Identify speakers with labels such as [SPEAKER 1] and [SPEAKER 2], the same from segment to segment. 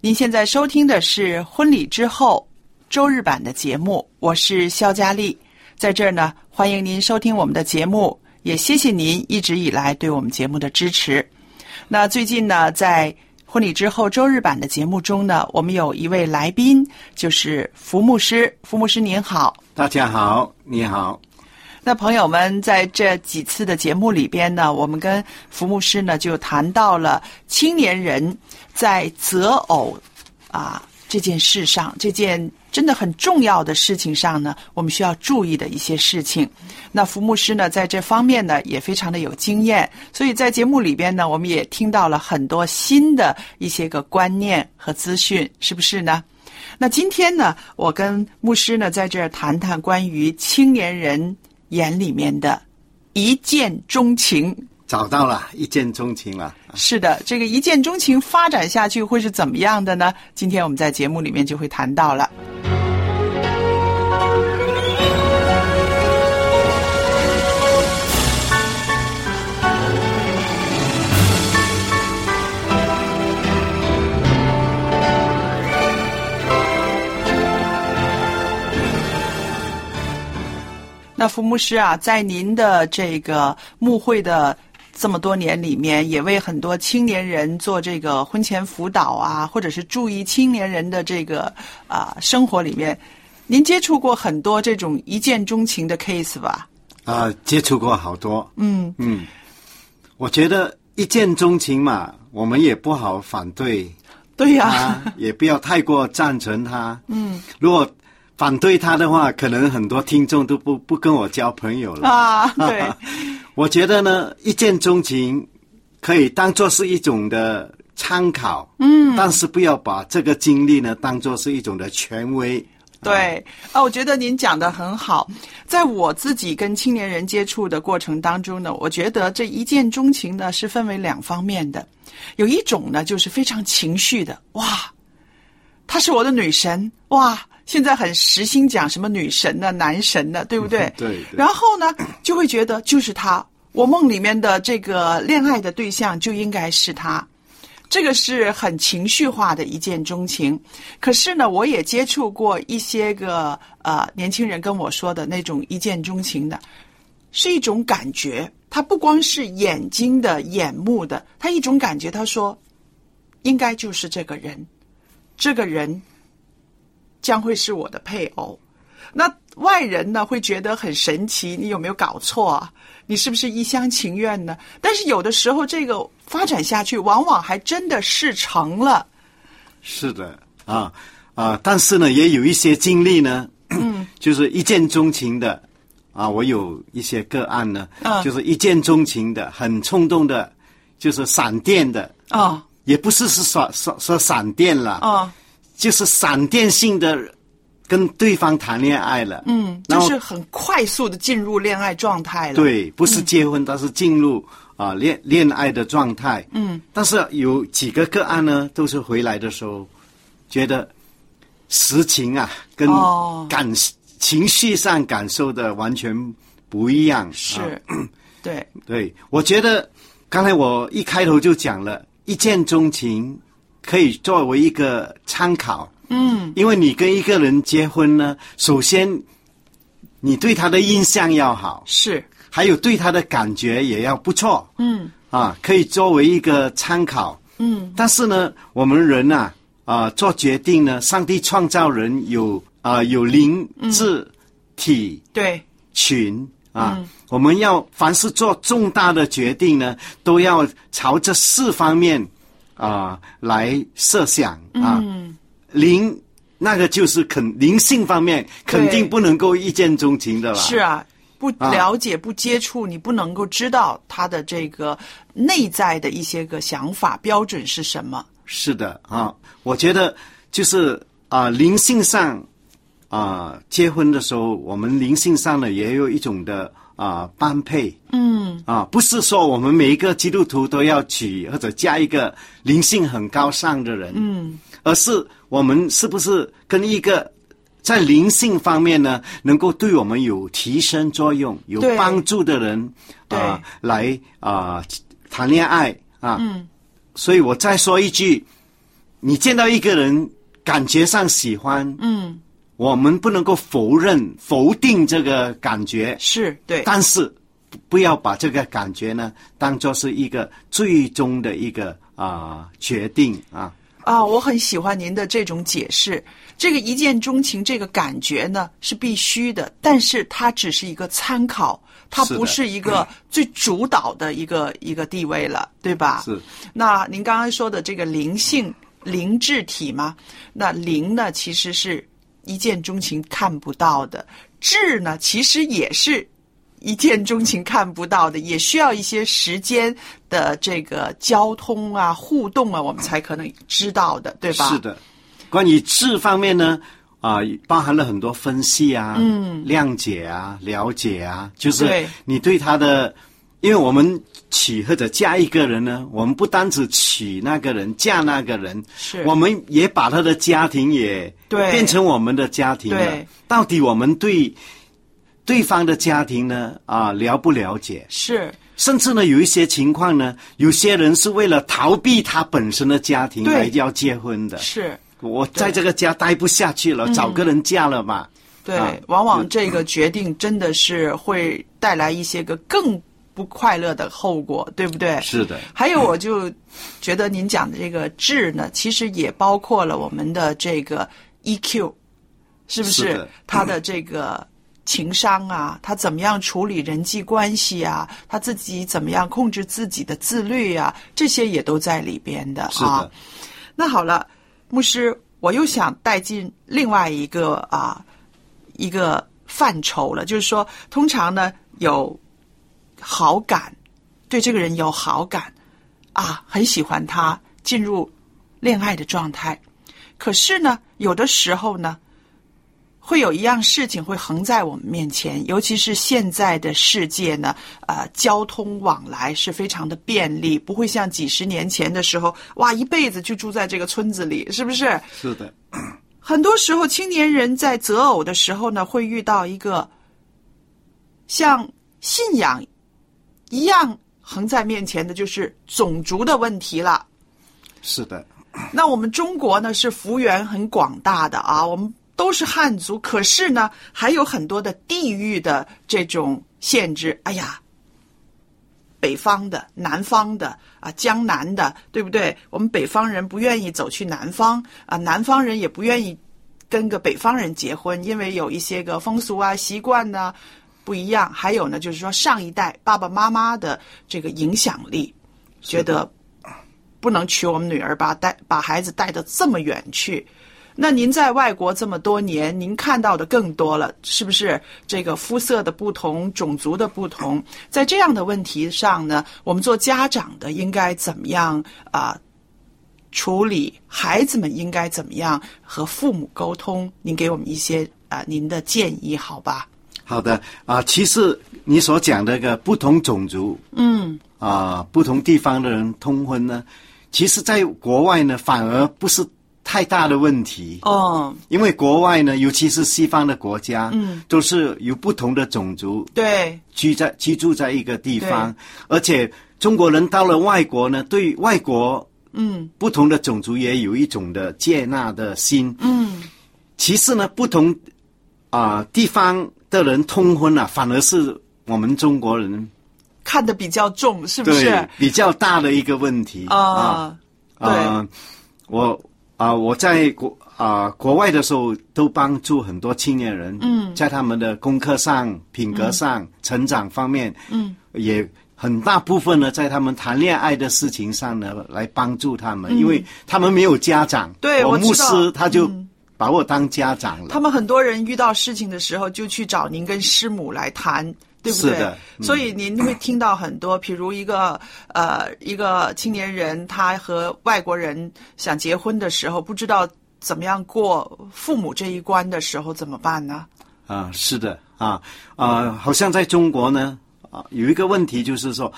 [SPEAKER 1] 您现在收听的是《婚礼之后》周日版的节目，我是肖佳丽，在这儿呢，欢迎您收听我们的节目，也谢谢您一直以来对我们节目的支持。那最近呢，在婚礼之后周日版的节目中呢，我们有一位来宾，就是福牧师。福牧师您好，
[SPEAKER 2] 大家好，你好，
[SPEAKER 1] 那朋友们，在这几次的节目里边呢，我们跟福牧师呢就谈到了青年人在择偶啊这件事上，这件真的很重要的事情上呢，我们需要注意的一些事情。那福牧师呢，在这方面呢也非常的有经验，所以在节目里边呢，我们也听到了很多新的一些个观念和资讯，是不是呢？那今天呢，我跟牧师呢在这儿谈谈关于青年人眼里面的一见钟情。
[SPEAKER 2] 找到了，一见钟情了。
[SPEAKER 1] 是的，这个一见钟情发展下去会是怎么样的呢？今天我们在节目里面就会谈到了。那福牧师啊，在您的这个牧会的这么多年里面，也为很多青年人做这个婚前辅导啊，或者是注意青年人的这个啊、生活里面，您接触过很多这种一见钟情的 case 吧？
[SPEAKER 2] 啊、接触过好多。
[SPEAKER 1] 嗯
[SPEAKER 2] 嗯，我觉得一见钟情嘛，我们也不好反对
[SPEAKER 1] 对呀、
[SPEAKER 2] 他，也不要太过赞成他。嗯，如果反对他的话，可能很多听众都不不跟我交朋友了。
[SPEAKER 1] 啊，对，
[SPEAKER 2] 我觉得呢，一见钟情可以当做是一种的参考，嗯，但是不要把这个经历呢当做是一种的权威。
[SPEAKER 1] 对，啊，我觉得您讲的很好。在我自己跟青年人接触的过程当中呢，我觉得这一见钟情呢是分为两方面的，有一种呢就是非常情绪的，哇，她是我的女神，哇，现在很时兴讲什么女神呢、男神呢，对不对？
[SPEAKER 2] 对对
[SPEAKER 1] 然后呢，就会觉得就是他，我梦里面的这个恋爱的对象就应该是他。这个是很情绪化的一见钟情。可是呢，我也接触过一些个呃年轻人跟我说的那种一见钟情的，是一种感觉。他不光是眼睛的、眼目的，他一种感觉。他说，应该就是这个人，这个人将会是我的配偶。那外人呢会觉得很神奇，你有没有搞错啊？你是不是一厢情愿呢？但是有的时候这个发展下去，往往还真的事成了。
[SPEAKER 2] 是的，啊啊，但是呢，也有一些经历呢，
[SPEAKER 1] 嗯
[SPEAKER 2] 就是一见钟情的，啊，我有一些个案呢，
[SPEAKER 1] 啊
[SPEAKER 2] 就是一见钟情的，很冲动的，就是闪电的，
[SPEAKER 1] 啊、
[SPEAKER 2] 也不是是说说说闪电了，
[SPEAKER 1] 啊、
[SPEAKER 2] 就是闪电性的跟对方谈恋爱了，嗯
[SPEAKER 1] 就
[SPEAKER 2] 然后
[SPEAKER 1] 是很快速的进入恋爱状态了。，
[SPEAKER 2] 嗯对，不是结婚，但是进入啊恋恋爱的状态。嗯，但是有几个个案呢，都是回来的时候觉得实情啊，跟
[SPEAKER 1] 哦
[SPEAKER 2] 感、情绪上感受的完全不一样。啊
[SPEAKER 1] 是，对，
[SPEAKER 2] 对，我觉得刚才我一开头就讲了，一见钟情可以作为一个参考。嗯，因为你跟一个人结婚呢，首先你对他的印象要好，
[SPEAKER 1] 是，
[SPEAKER 2] 还有对他的感觉也要不错。嗯，啊，可以作为一个参考。嗯，但是呢，我们人呐、啊，做决定呢，上帝创造人有啊、有灵智体。
[SPEAKER 1] 对，
[SPEAKER 2] 群啊，我们要凡是做重大的决定呢，都要朝这四方面啊、来设想啊。灵那个就是肯灵性方面，肯定不能够一见钟情的啦。
[SPEAKER 1] 是啊，不
[SPEAKER 2] 啊
[SPEAKER 1] 了解、不接触，你不能够知道他的这个内在的一些个想法标准是什么。
[SPEAKER 2] 是的啊，我觉得就是啊、灵性上啊、结婚的时候，我们灵性上呢也有一种的啊、般配。嗯啊，不是说我们每一个基督徒都要娶或者嫁一个灵性很高尚的人。嗯，而是我们是不是跟一个。在灵性方面呢，能够对我们有提升作用、有
[SPEAKER 1] 对
[SPEAKER 2] 帮助的人啊、来啊、谈恋爱啊，所以我再说一句，你见到一个人感觉上喜欢，嗯，我们不能够否认、否定这个感觉，
[SPEAKER 1] 是对，
[SPEAKER 2] 但是不不要把这个感觉呢当做是一个最终的一个啊、决定啊。
[SPEAKER 1] 啊，我很喜欢您的这种解释。这个一见钟情这个感觉呢是必须的，但是它只是一个参考，它
[SPEAKER 2] 是的嗯
[SPEAKER 1] 不是一个最主导的一个一个地位了，对吧？
[SPEAKER 2] 是。
[SPEAKER 1] 那您刚刚说的这个灵性灵智体嘛，那灵呢其实是一见钟情看不到的，智呢其实也是一见钟情看不到的，也需要一些时间的这个交通啊、互动啊，我们才可能知道的，对吧？
[SPEAKER 2] 是，的，关于智方面呢，啊、包含了很多分析啊，嗯，谅解啊，了解啊，就是
[SPEAKER 1] 对
[SPEAKER 2] 你对他的，因为我们娶或者嫁一个人呢，我们不单只娶那个人，嫁那个人，
[SPEAKER 1] 是
[SPEAKER 2] 我们也把他的家庭也
[SPEAKER 1] 对
[SPEAKER 2] 变成我们的家庭了
[SPEAKER 1] 对。
[SPEAKER 2] 到底我们对对方的家庭呢，啊、了不了解？
[SPEAKER 1] 是，
[SPEAKER 2] 甚至呢，有一些情况呢，有些人是为了逃避他本身的家庭
[SPEAKER 1] 对
[SPEAKER 2] 来要结婚的。
[SPEAKER 1] 是。
[SPEAKER 2] 我在这个家待不下去了，找个人嫁了嘛。
[SPEAKER 1] 对，
[SPEAKER 2] 啊
[SPEAKER 1] 往往这个决定真的是会带来一些个更不快乐的后果，对不对？
[SPEAKER 2] 是的
[SPEAKER 1] 还有，我就觉得您讲的这个智呢，其实也包括了我们的这个 EQ，是不
[SPEAKER 2] 是
[SPEAKER 1] 是
[SPEAKER 2] 的？
[SPEAKER 1] 他的这个情商啊，他怎么样处理人际关系啊，他自己怎么样控制自己的自律啊，这些也都在里边的
[SPEAKER 2] 是
[SPEAKER 1] 啊
[SPEAKER 2] 的。
[SPEAKER 1] 那好了，牧师，我又想带进另外一个啊一个范畴了，就是说，通常呢有好感，对这个人有好感啊，很喜欢他，进入恋爱的状态。可是呢，有的时候呢，会有一样事情会横在我们面前，尤其是现在的世界呢，呃，交通往来是非常的便利，不会像几十年前的时候，哇，一辈子就住在这个村子里，是不是？
[SPEAKER 2] 是的，
[SPEAKER 1] 很多时候，青年人在择偶的时候呢，会遇到一个像信仰一样横在面前的，就是种族的问题了。
[SPEAKER 2] 是的，
[SPEAKER 1] 那我们中国呢是幅员很广大的啊，我们都是汉族，可是呢还有很多的地域的这种限制。哎呀，北方的、南方的啊，江南的，对不对？我们北方人不愿意走去南方啊，南方人也不愿意跟个北方人结婚，因为有一些个风俗啊、习惯呢、不一样。还有呢，就是说上一代爸爸妈妈的这个影响力，觉得不能娶我们女儿，把带把孩子带得这么远去。那您在外国这么多年，您看到的更多了，是不是？这个肤色的不同，种族的不同，在这样的问题上呢，我们做家长的应该怎么样啊、处理？孩子们应该怎么样和父母沟通？您给我们一些啊、您的建议，好吧？
[SPEAKER 2] 好的啊、其实你所讲的那个不同种族，嗯，啊、不同地方的人通婚呢，其实在国外呢反而不是太大的问题。
[SPEAKER 1] 嗯，
[SPEAKER 2] 因为国外呢，尤其是西方的国家，嗯，都是有不同的种族
[SPEAKER 1] 对，
[SPEAKER 2] 居在居住在一个地方，而且中国人到了外国呢，对外国
[SPEAKER 1] 嗯
[SPEAKER 2] 不同的种族也有一种的接纳的心。嗯，其次呢，不同啊、地方的人通婚啊，反而是我们中国人
[SPEAKER 1] 看得比较重，是不是
[SPEAKER 2] 对？比较大的一个问题
[SPEAKER 1] 啊？对，
[SPEAKER 2] 啊，我啊、我在国啊、国外的时候，都帮助很多青年人，嗯，在他们的功课上、品格
[SPEAKER 1] 嗯
[SPEAKER 2] 上、成长方面，嗯，也很大部分呢，在他们谈恋爱的事情上呢，来帮助他们，因为他们没有家长，
[SPEAKER 1] 嗯对
[SPEAKER 2] 我
[SPEAKER 1] 我
[SPEAKER 2] 牧
[SPEAKER 1] 知道嗯
[SPEAKER 2] 师他就把我当家长了，
[SPEAKER 1] 他们很多人遇到事情的时候，就去找您跟师母来谈，对不对？
[SPEAKER 2] 是的嗯
[SPEAKER 1] 所以您会听到很多，比如一个呃一个青年人，他和外国人想结婚的时候，不知道怎么样过父母这一关的时候，怎么办呢？
[SPEAKER 2] 啊，是的，啊啊，好像在中国呢，啊，有一个问题就是说，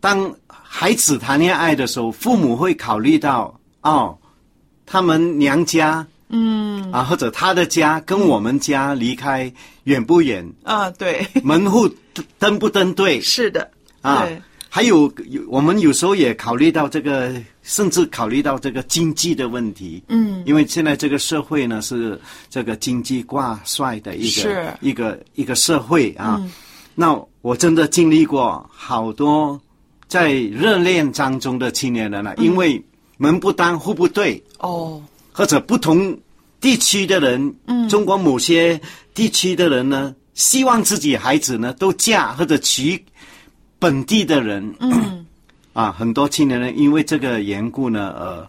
[SPEAKER 2] 当孩子谈恋爱的时候，父母会考虑到哦，他们娘家，嗯，啊，或者他的家跟我们家离开远不远，
[SPEAKER 1] 嗯，对，
[SPEAKER 2] 门户登不登对
[SPEAKER 1] 是的，
[SPEAKER 2] 啊
[SPEAKER 1] 对，
[SPEAKER 2] 还有有我们有时候也考虑到这个，甚至考虑到这个经济的问题，嗯，因为现在这个社会呢是这个经济挂帅的一
[SPEAKER 1] 是
[SPEAKER 2] 个一个一个社会啊。那我真的经历过好多在热恋当中的青年人了、啊因为门不当户不对，
[SPEAKER 1] 哦，
[SPEAKER 2] 或者不同地区的人，嗯，中国某些地区的人呢，希望自己孩子呢都嫁或者娶本地的人，嗯， 啊，很多青年人因为这个缘故呢，呃，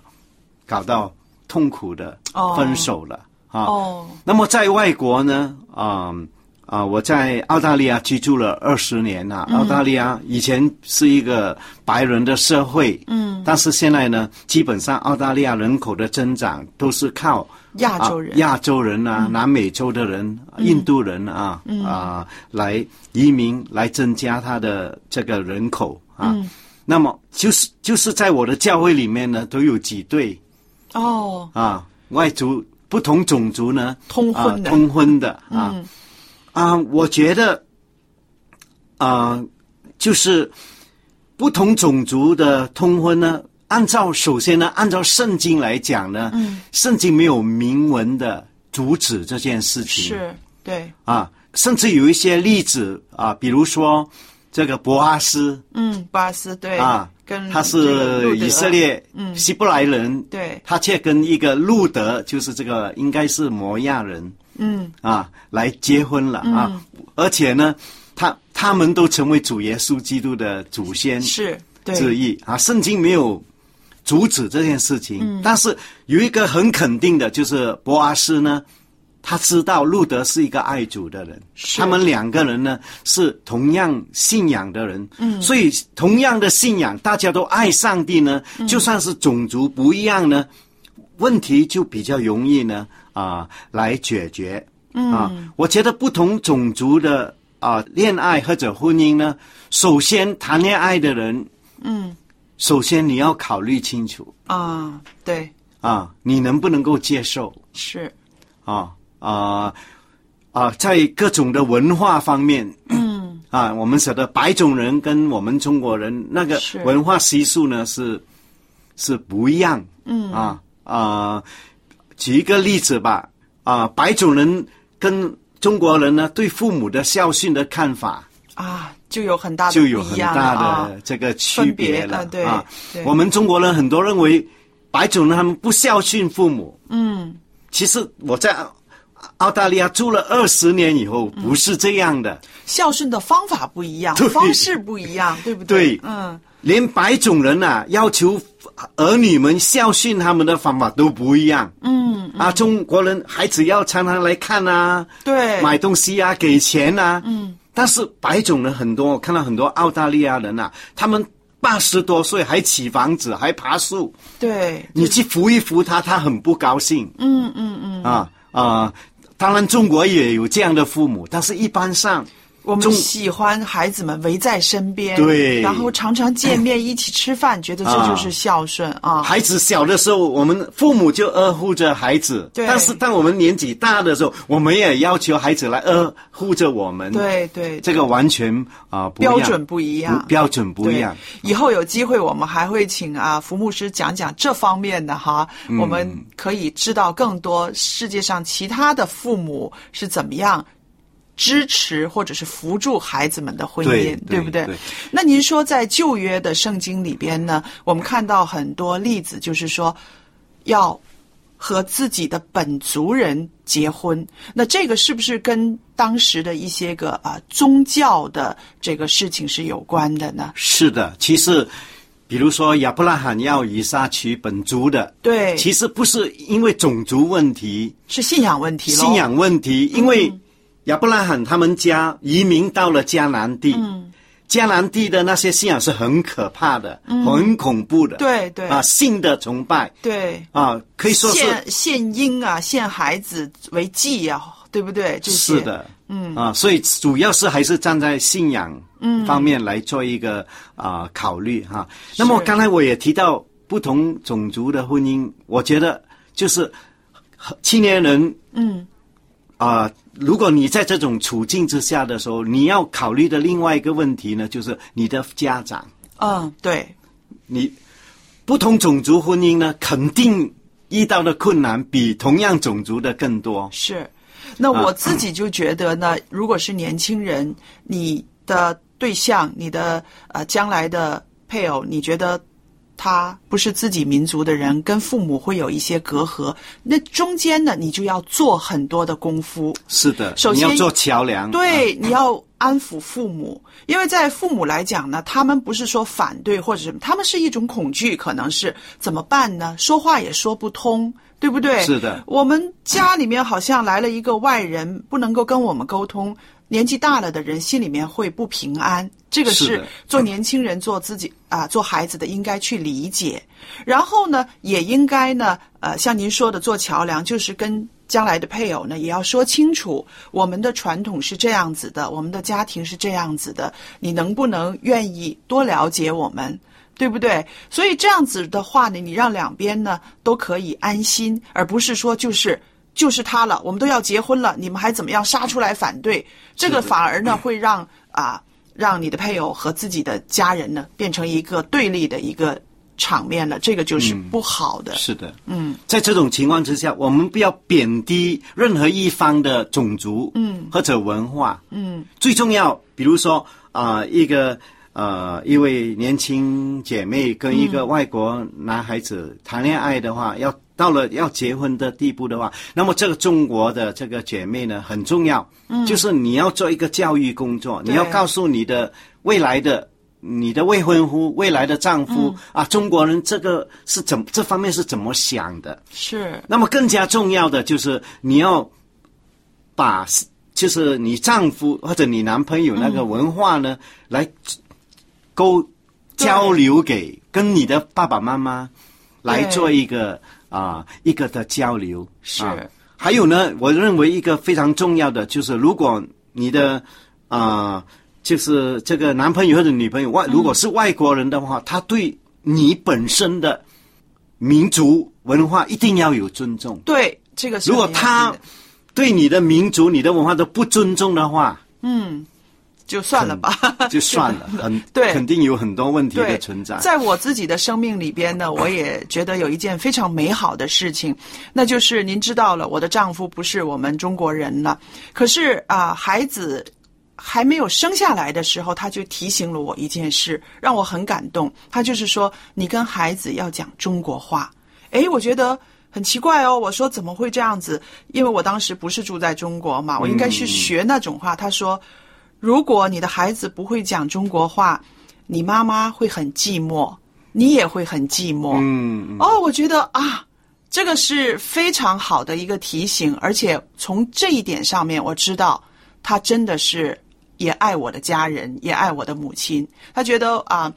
[SPEAKER 2] 搞到痛苦的
[SPEAKER 1] 哦
[SPEAKER 2] 分手了、啊。
[SPEAKER 1] 哦，
[SPEAKER 2] 那么在外国呢，啊、啊、我在澳大利亚居住了二十年了、
[SPEAKER 1] 嗯
[SPEAKER 2] 澳大利亚以前是一个白人的社会，嗯，但是现在呢，基本上澳大利亚人口的增长都是靠
[SPEAKER 1] 亚洲人嗯
[SPEAKER 2] 啊亚洲人啊、南美洲的人、印度人啊、啊来移民来增加他的这个人口啊。
[SPEAKER 1] 嗯
[SPEAKER 2] 那么就是就是在我的教会里面呢，都有几对
[SPEAKER 1] 哦，
[SPEAKER 2] 啊，外族不同种族呢
[SPEAKER 1] 通婚
[SPEAKER 2] 啊
[SPEAKER 1] 的嗯
[SPEAKER 2] 通婚的啊、啊，我觉得啊，就是不同种族的通婚呢，按照首先呢，按照圣经来讲呢，
[SPEAKER 1] 嗯
[SPEAKER 2] 圣经没有明文的阻止这件事情，
[SPEAKER 1] 是，对，
[SPEAKER 2] 啊，甚至有一些例子啊，比如说这个博阿斯，
[SPEAKER 1] 嗯，巴尔斯对
[SPEAKER 2] 啊，
[SPEAKER 1] 跟
[SPEAKER 2] 他
[SPEAKER 1] 嗯这个路
[SPEAKER 2] 是
[SPEAKER 1] 德嗯
[SPEAKER 2] 以色列，希伯来人，
[SPEAKER 1] 对
[SPEAKER 2] 他却跟一个路德，就是这个应该是摩亚人，
[SPEAKER 1] 嗯，
[SPEAKER 2] 啊，来结婚了啊，而且呢，他他们都成为主耶稣基督的祖先
[SPEAKER 1] 是，对，
[SPEAKER 2] 之一啊，圣经没有。阻止这件事情，但是有一个很肯定的，就是博阿斯呢，他知道路德是一个爱主的人，
[SPEAKER 1] 是
[SPEAKER 2] 他们两个人呢是同样信仰的人，嗯，所以同样的信仰，大家都爱上帝呢，就算是种族不一样呢，问题就比较容易呢啊、来解决。啊，我觉得不同种族的啊、恋爱或者婚姻呢，首先谈恋爱的人，嗯，首先你要考虑清楚
[SPEAKER 1] 啊，对，
[SPEAKER 2] 啊，你能不能够接受，
[SPEAKER 1] 是，
[SPEAKER 2] 啊啊啊，在各种的文化方面，嗯啊，我们晓得白种人跟我们中国人那个
[SPEAKER 1] 是
[SPEAKER 2] 文化习俗呢是是不一样，嗯啊啊，举一个例子吧，啊，白种人跟中国人呢对父母的孝训的看法
[SPEAKER 1] 啊，就有很大的
[SPEAKER 2] 就有
[SPEAKER 1] 不
[SPEAKER 2] 很
[SPEAKER 1] 一样了
[SPEAKER 2] 大
[SPEAKER 1] 啊
[SPEAKER 2] 的这个区别了
[SPEAKER 1] 分别啊对
[SPEAKER 2] 啊
[SPEAKER 1] 对
[SPEAKER 2] 我们中国人很多认为白种人他们不孝顺父母，嗯，其实我在澳澳大利亚住了二十年以后不是这样的，
[SPEAKER 1] 孝顺的方法不一样
[SPEAKER 2] 对，
[SPEAKER 1] 方式不一样，对不
[SPEAKER 2] 对
[SPEAKER 1] 嗯，
[SPEAKER 2] 连白种人啊要求儿女们孝顺他们的方法都不一样，嗯，啊，中国人孩子要常常来看啊，
[SPEAKER 1] 对，
[SPEAKER 2] 买东西啊，给钱啊，嗯，但是白种人很多，我看到很多澳大利亚人啊，他们八十多岁还起房子，还爬树，
[SPEAKER 1] 对，
[SPEAKER 2] 你去扶一扶他，他很不高兴。嗯嗯嗯。啊啊、当然中国也有这样的父母，但是一般上
[SPEAKER 1] 我们
[SPEAKER 2] 中
[SPEAKER 1] 喜欢孩子们围在身边，
[SPEAKER 2] 对
[SPEAKER 1] 然后常常见面一起吃饭，觉得这就是孝顺啊。
[SPEAKER 2] 孩子小的时候，我们父母就呵护着孩子；
[SPEAKER 1] 对
[SPEAKER 2] 但是当我们年纪大的时候，我们也要求孩子来呵护着我们。，
[SPEAKER 1] 对对，
[SPEAKER 2] 这个完全啊、不一样
[SPEAKER 1] 标准不一样
[SPEAKER 2] 不标准不
[SPEAKER 1] 对，
[SPEAKER 2] 一样。
[SPEAKER 1] 以后有机会，我们还会请啊福牧师讲讲这方面的哈，
[SPEAKER 2] 嗯
[SPEAKER 1] 我们可以知道更多世界上其他的父母是怎么样。支持或者是扶助孩子们的婚姻，
[SPEAKER 2] 对对
[SPEAKER 1] 不对
[SPEAKER 2] 对
[SPEAKER 1] 那您说，在旧约的圣经里边呢，我们看到很多例子，就是说要和自己的本族人结婚，那这个是不是跟当时的一些个啊、宗教的这个事情是有关的呢？
[SPEAKER 2] 是的，其实，比如说亚伯拉罕要以撒娶本族的，
[SPEAKER 1] 对，
[SPEAKER 2] 其实不是因为种族问题、
[SPEAKER 1] 是信仰问题喽。
[SPEAKER 2] 信仰问题，
[SPEAKER 1] 嗯
[SPEAKER 2] 因为亚伯拉罕他们家移民到了迦南地。
[SPEAKER 1] 嗯
[SPEAKER 2] 迦南地的那些信仰是很可怕的，很恐怖的。
[SPEAKER 1] 嗯对对
[SPEAKER 2] 啊，性的崇拜
[SPEAKER 1] 对，
[SPEAKER 2] 啊，可以说是
[SPEAKER 1] 献献婴啊，献孩子为祭啊，对不对？这些
[SPEAKER 2] 是，的，嗯啊，所以主要是还是站在信仰方面来做一个啊、考虑哈、那么刚才我也提到不同种族的婚姻，我觉得就是青年人
[SPEAKER 1] 嗯，
[SPEAKER 2] 啊、如果你在这种处境之下的时候，你要考虑的另外一个问题呢，就是你的家长，
[SPEAKER 1] 嗯，对，
[SPEAKER 2] 你不同种族婚姻呢，肯定遇到的困难比同样种族的更多。
[SPEAKER 1] 是。那
[SPEAKER 2] 啊
[SPEAKER 1] 我自己就觉得呢，如果是年轻人，你的对象，你的呃将来的配偶，你觉得他不是自己民族的人，跟父母会有一些隔阂，那中间呢，你就要做很多的功夫。
[SPEAKER 2] 是的，
[SPEAKER 1] 首
[SPEAKER 2] 你要
[SPEAKER 1] 先
[SPEAKER 2] 做桥梁。啊
[SPEAKER 1] 对，你要安抚父母，因为在父母来讲呢，他们不是说反对或者什么，他们是一种恐惧，可能是怎么办呢？说话也说不通，对不对？
[SPEAKER 2] 是的
[SPEAKER 1] 我们家里面好像来了一个外人，不能够跟我们沟通。年纪大了的人心里面会不平安，这个
[SPEAKER 2] 是
[SPEAKER 1] 是
[SPEAKER 2] 的
[SPEAKER 1] 做年轻人、做自己啊、做孩子的应该去理解。然后呢，也应该呢，呃，像您说的做桥梁，就是跟将来的配偶呢，也要说清楚我们的传统是这样子的，我们的家庭是这样子的，你能不能愿意多了解我们？对不对？所以这样子的话呢，你让两边呢都可以安心，而不是说就是就是他了，我们都要结婚了，你们还怎么样杀出来反对？这个反而呢会让啊让你的配偶和自己的家人呢变成一个对立的一个场面了，这个就是
[SPEAKER 2] 嗯
[SPEAKER 1] 不好的。
[SPEAKER 2] 是的，嗯，在这种情况之下，我们不要贬低任何一方的种族，嗯，或者文化，嗯，最重要，比如说啊、一个呃，一位年轻姐妹跟一个外国男孩子谈恋爱的话，要到了要结婚的地步的话，那么这个中国的这个姐妹呢很重要，嗯，就是你要做一个教育工作，你要
[SPEAKER 1] 对
[SPEAKER 2] 告诉你的未来的你的未婚夫、未来的丈夫、啊，中国人这个是怎这方面是怎么想的？
[SPEAKER 1] 是
[SPEAKER 2] 那么更加重要的就是你要把就是你丈夫或者你男朋友那个文化呢，来沟
[SPEAKER 1] 对
[SPEAKER 2] 交流给跟你的爸爸妈妈来
[SPEAKER 1] 对
[SPEAKER 2] 做一个啊、一个的交流
[SPEAKER 1] 是
[SPEAKER 2] 啊还有呢，我认为一个非常重要的就是，如果你的啊、就是这个男朋友或者女朋友
[SPEAKER 1] 嗯
[SPEAKER 2] 外，如果是外国人的话，他对你本身的民族文化一定要有尊重。
[SPEAKER 1] 对这个是
[SPEAKER 2] 如果
[SPEAKER 1] 很严
[SPEAKER 2] 他
[SPEAKER 1] 谨的
[SPEAKER 2] 对你的民族、你的文化都不尊重的话，
[SPEAKER 1] 就算了吧，
[SPEAKER 2] 就算 了，很
[SPEAKER 1] 对
[SPEAKER 2] 肯定有很多问题
[SPEAKER 1] 对，
[SPEAKER 2] 的存在。
[SPEAKER 1] 在我自己的生命里边呢，我也觉得有一件非常美好的事情，那就是您知道了，我的丈夫不是我们中国人了，可是啊、孩子。还没有生下来的时候，他就提醒了我一件事，让我很感动。他就是说，你跟孩子要讲中国话。诶，我觉得很奇怪哦。我说怎么会这样子？因为我当时不是住在中国嘛，我应该
[SPEAKER 2] 嗯
[SPEAKER 1] 去学那种话。他说，如果你的孩子不会讲中国话，你妈妈会很寂寞，你也会很寂寞。
[SPEAKER 2] 嗯，嗯
[SPEAKER 1] 哦，我觉得啊，这个是非常好的一个提醒，而且从这一点上面，我知道他真的是也爱我的家人，也爱我的母亲。他觉得啊、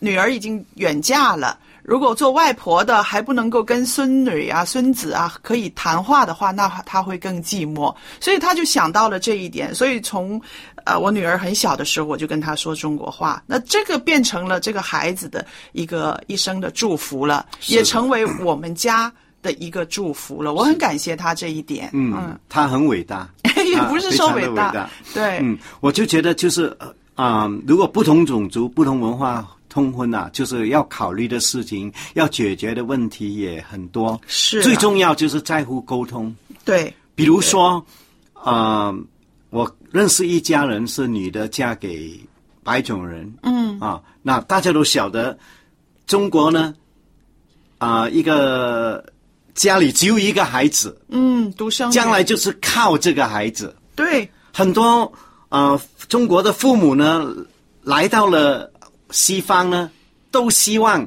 [SPEAKER 1] 女儿已经远嫁了，如果做外婆的还不能够跟孙女啊、孙子啊可以谈话的话，那她会更寂寞。所以她就想到了这一点。所以从呃我女儿很小的时候，我就跟她说中国话。那这个变成了这个孩子的一个一生的祝福了，
[SPEAKER 2] 是的
[SPEAKER 1] 也成为我们家的一个祝福了。我很感谢她这一点。
[SPEAKER 2] 嗯，他很伟大，
[SPEAKER 1] 也不是说
[SPEAKER 2] 他非常的伟
[SPEAKER 1] 大，
[SPEAKER 2] 大
[SPEAKER 1] 对，
[SPEAKER 2] 嗯，我就觉得就是啊、呃如果不同种族、不同文化通婚啊，就是要考虑的事情、要解决的问题也很多。
[SPEAKER 1] 是啊
[SPEAKER 2] 最重要就是在乎沟通。
[SPEAKER 1] 对，
[SPEAKER 2] 比如说，啊，我认识一家人是女的嫁给白种人，嗯啊，那大家都晓得，中国呢，啊、一个家里只有一个孩子，
[SPEAKER 1] 嗯，独生女
[SPEAKER 2] 将来就是靠这个孩子。
[SPEAKER 1] 对
[SPEAKER 2] 很多啊，呃中国的父母呢，来到了西方呢，都希望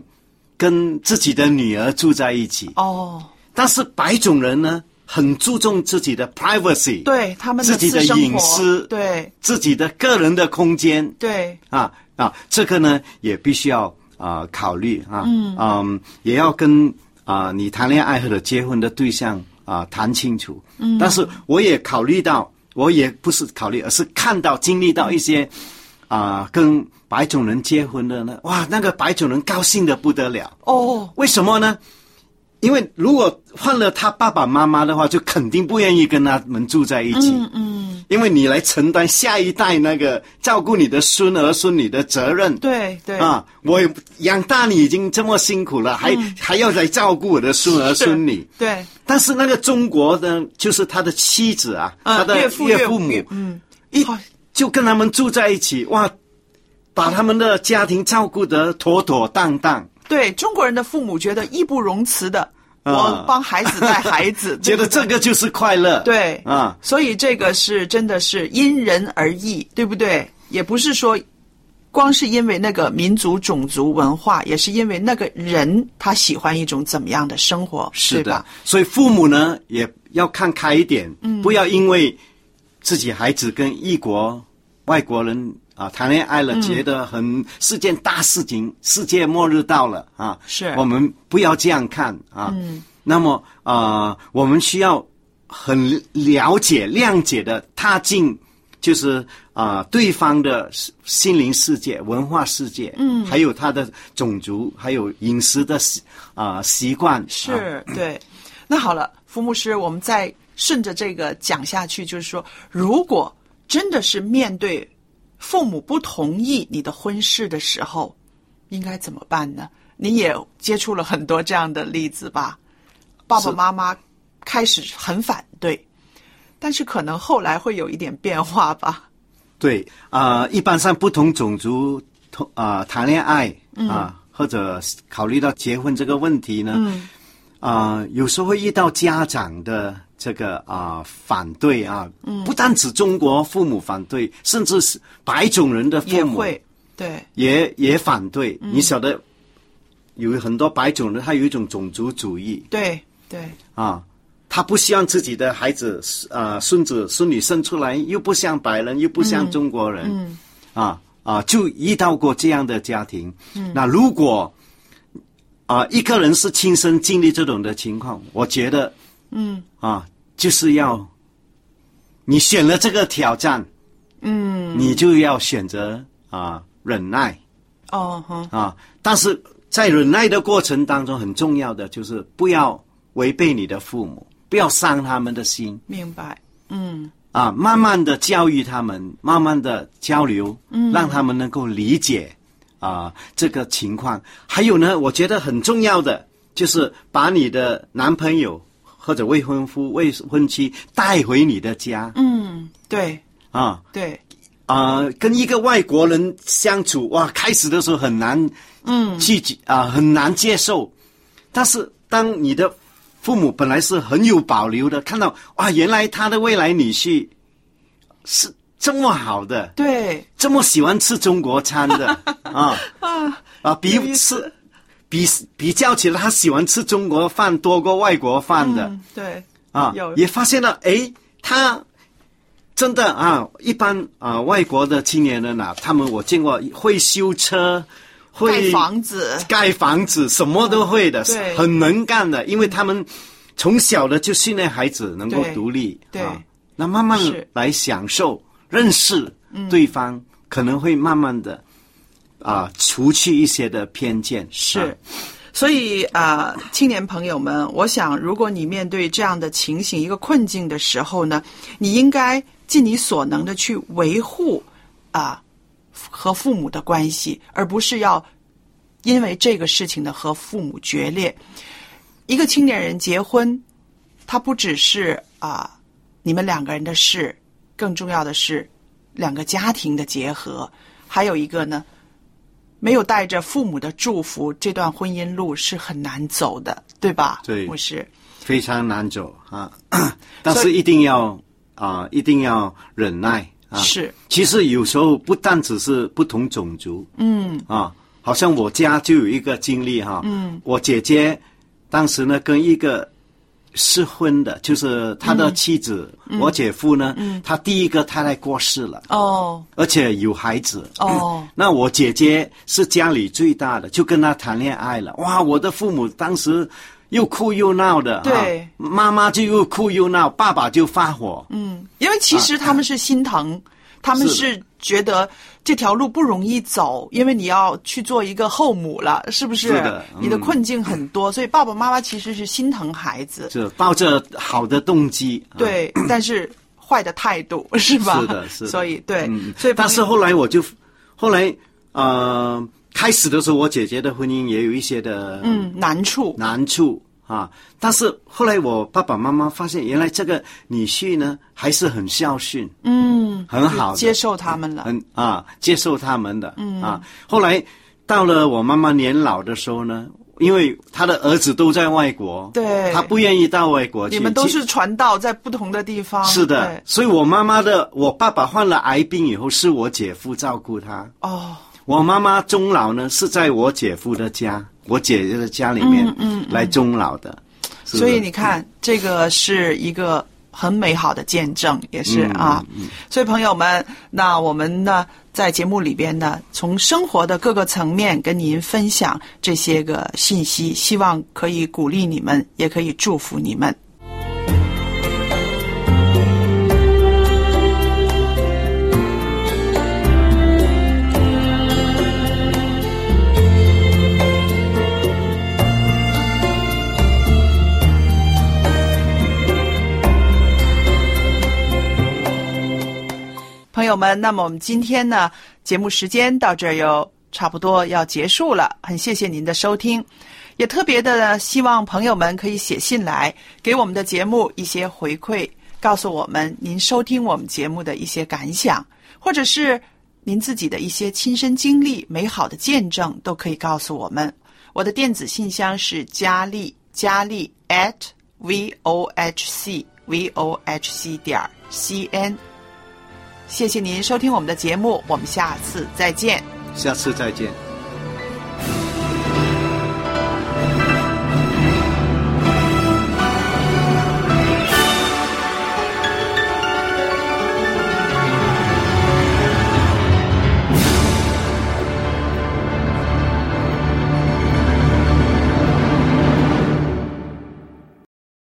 [SPEAKER 2] 跟自己的女儿住在一起。
[SPEAKER 1] 哦，
[SPEAKER 2] 但是白种人呢，很注重自己的 privacy，
[SPEAKER 1] 对他们
[SPEAKER 2] 自己
[SPEAKER 1] 私
[SPEAKER 2] 的
[SPEAKER 1] 生活
[SPEAKER 2] 隐私，
[SPEAKER 1] 对
[SPEAKER 2] 自己的个人的空间
[SPEAKER 1] 对
[SPEAKER 2] 啊啊，这个呢也必须要啊、呃考虑啊，嗯也要跟啊、你谈恋爱或者结婚的对象啊、谈清楚。嗯，但是我也考虑到，我也不是考虑，而是看到经历到一些啊、跟白种人结婚的呢，哇，那个白种人高兴的不得了。
[SPEAKER 1] 哦，
[SPEAKER 2] 为什么呢？因为如果换了他爸爸妈妈的话，就肯定不愿意跟他们住在一起。嗯嗯，因为你来承担下一代那个照顾你的孙儿孙女的责任。
[SPEAKER 1] 对对
[SPEAKER 2] 啊，我养大你已经这么辛苦了，还、还要来照顾我的孙儿孙女。
[SPEAKER 1] 对
[SPEAKER 2] 但是那个中国呢，就是他的妻子啊，
[SPEAKER 1] 嗯
[SPEAKER 2] 他的
[SPEAKER 1] 岳父岳
[SPEAKER 2] 父母，
[SPEAKER 1] 岳
[SPEAKER 2] 嗯，一
[SPEAKER 1] 好
[SPEAKER 2] 就跟他们住在一起，哇，把他们的家庭照顾得妥妥当当。
[SPEAKER 1] 对，中国人的父母觉得义不容辞的，
[SPEAKER 2] 啊
[SPEAKER 1] 我帮孩子带孩子，
[SPEAKER 2] 觉得这个就是快乐。
[SPEAKER 1] 对
[SPEAKER 2] 啊，
[SPEAKER 1] 所以这个是真的是因人而异，对不对？也不是说光是因为那个民族、种族、文化，也是因为那个人他喜欢一种怎么样的生活，
[SPEAKER 2] 是
[SPEAKER 1] 对
[SPEAKER 2] 的
[SPEAKER 1] 吧？。
[SPEAKER 2] 所以父母呢也要看开一点，不要因为自己孩子跟异国外国人啊谈恋爱了，觉得很是件大事情，世界末日到了啊。
[SPEAKER 1] 是
[SPEAKER 2] 我们不要这样看啊。那么啊、呃我们需要很了解、谅解的踏进。就是啊、对方的心灵世界、文化世界，嗯，还有他的种族，还有饮食的习啊、习惯
[SPEAKER 1] 是、
[SPEAKER 2] 啊
[SPEAKER 1] 对。那好了，福牧师，我们再顺着这个讲下去，就是说，如果真的是面对父母不同意你的婚事的时候，应该怎么办呢？你也接触了很多这样的例子吧？爸爸妈妈开始很反对，但是可能后来会有一点变化吧？
[SPEAKER 2] 对啊、一般上不同种族同啊、谈恋爱
[SPEAKER 1] 嗯
[SPEAKER 2] 啊、或者考虑到结婚这个问题呢，
[SPEAKER 1] 嗯
[SPEAKER 2] 啊、有时候会遇到家长的这个啊、反对啊，
[SPEAKER 1] 嗯
[SPEAKER 2] 不单指中国父母反对，甚至是白种人的
[SPEAKER 1] 也
[SPEAKER 2] 父母
[SPEAKER 1] 会嗯对，
[SPEAKER 2] 也也反对。你晓得，有很多白种人他有一种种族主义，
[SPEAKER 1] 对，对，
[SPEAKER 2] 啊，他不希望自己的孩子啊、孙子孙女生出来又不像白人，又不像中国人，啊啊，就遇到过这样的家庭。那如果啊，一个人是亲身经历这种的情况，我觉得，嗯，啊，就是要你选了这个挑战，嗯，你就要选择啊忍耐
[SPEAKER 1] 哦，哼，
[SPEAKER 2] 啊，但是在忍耐的过程当中，很重要的就是不要违背你的父母，不要伤他们的心
[SPEAKER 1] 明白，
[SPEAKER 2] 啊，慢慢的教育他们，慢慢的交流，嗯，让他们能够理解啊这个情况。还有呢，我觉得很重要的就是把你的男朋友或者未婚夫、未婚妻带回你的家，嗯
[SPEAKER 1] 对，
[SPEAKER 2] 啊，
[SPEAKER 1] 对，
[SPEAKER 2] 啊、跟一个外国人相处，哇，开始的时候很难，嗯，去啊、很难接受。但是当你的父母本来是很有保留的，看到哇，原来他的未来女婿是这么好的，
[SPEAKER 1] 对，
[SPEAKER 2] 这么喜欢吃中国餐 的啊啊，
[SPEAKER 1] 有
[SPEAKER 2] 比
[SPEAKER 1] 意
[SPEAKER 2] 吃比比较起来，他喜欢吃中国饭多过外国饭的。
[SPEAKER 1] 嗯，对，
[SPEAKER 2] 啊
[SPEAKER 1] 有，
[SPEAKER 2] 也发现了，诶，他真的啊，一般啊，外国的青年人啊，他们我见过会修车，会
[SPEAKER 1] 盖房子
[SPEAKER 2] 盖房子，什么都会的，
[SPEAKER 1] 对
[SPEAKER 2] 很能干的，因为他们从小的就训练孩子能够
[SPEAKER 1] 对
[SPEAKER 2] 独立，
[SPEAKER 1] 对
[SPEAKER 2] 啊，那慢慢
[SPEAKER 1] 是
[SPEAKER 2] 来享受认识
[SPEAKER 1] 嗯
[SPEAKER 2] 对方，可能会慢慢的啊，除去一些的偏见，啊
[SPEAKER 1] 是。所以啊、呃青年朋友们，我想，如果你面对这样的情形、一个困境的时候呢，你应该尽你所能的去维护啊、和父母的关系，而不是要因为这个事情呢和父母决裂。一个青年人结婚，他不只是啊、你们两个人的事，更重要的是两个家庭的结合，还有一个呢没有带着父母的祝福，这段婚姻路是很难走的，对吧？
[SPEAKER 2] 对
[SPEAKER 1] 牧师，
[SPEAKER 2] 非常难走 啊，但是一定要啊、一定要忍耐啊。
[SPEAKER 1] 是，
[SPEAKER 2] 其实有时候不但只是不同种族，嗯啊，好像我家就有一个经历哈、嗯，我姐姐当时呢跟一个失婚的，就是他的妻子，我姐夫呢，他第一个太太过世了，
[SPEAKER 1] 哦
[SPEAKER 2] 而且有孩子。
[SPEAKER 1] 哦，
[SPEAKER 2] 那我姐姐是家里最大的，就跟她谈恋爱了。哇，我的父母当时又哭又闹的，
[SPEAKER 1] 对
[SPEAKER 2] 啊妈妈就又哭又闹，爸爸就发火，嗯，
[SPEAKER 1] 因为其实他们是心疼，他们
[SPEAKER 2] 啊是
[SPEAKER 1] 是觉得这条路不容易走，因为你要去做一个后母了，是不是？
[SPEAKER 2] 是的嗯
[SPEAKER 1] 你的困境很多，所以爸爸妈妈其实是心疼孩子，
[SPEAKER 2] 是抱着好的动机，啊，
[SPEAKER 1] 对，但是坏的态度 是吧？
[SPEAKER 2] 是的是的
[SPEAKER 1] 所以对，
[SPEAKER 2] 嗯，
[SPEAKER 1] 所以
[SPEAKER 2] 但是后来我就，后来呃，开始的时候我姐姐的婚姻也有一些的，
[SPEAKER 1] 嗯难处
[SPEAKER 2] 难处啊。但是后来我爸爸妈妈发现，原来这个女婿呢还是很孝顺，嗯，很好的，
[SPEAKER 1] 接受他们了，
[SPEAKER 2] 很啊，接受他们的，嗯啊。后来到了我妈妈年老的时候呢，因为她的儿子都在外国，
[SPEAKER 1] 对
[SPEAKER 2] 她不愿意到外国去，
[SPEAKER 1] 你们都
[SPEAKER 2] 其
[SPEAKER 1] 是传道在不同的地方，
[SPEAKER 2] 是的
[SPEAKER 1] 对，
[SPEAKER 2] 所以我妈妈的，我爸爸患了癌病以后，是我姐夫照顾她。
[SPEAKER 1] 哦，
[SPEAKER 2] 我妈妈终老呢，是在我姐夫的家，我姐姐的家里面来终老的。是
[SPEAKER 1] 嗯所以
[SPEAKER 2] 的
[SPEAKER 1] 你看，这个是一个很美好的见证，也是
[SPEAKER 2] 嗯
[SPEAKER 1] 啊。所以朋友们，那我们呢，在节目里边呢，从生活的各个层面跟您分享这些个信息，希望可以鼓励你们，也可以祝福你们。朋友们，那么我们今天呢，节目时间到这儿又差不多要结束了，很谢谢您的收听，也特别的希望朋友们可以写信来给我们的节目一些回馈，告诉我们您收听我们节目的一些感想，或者是您自己的一些亲身经历、美好的见证，都可以告诉我们。我的电子信箱是佳丽，佳丽 at v o h c v o h c 点 c n。谢谢您收听我们的节目，我们下次再见。
[SPEAKER 2] 下次再见。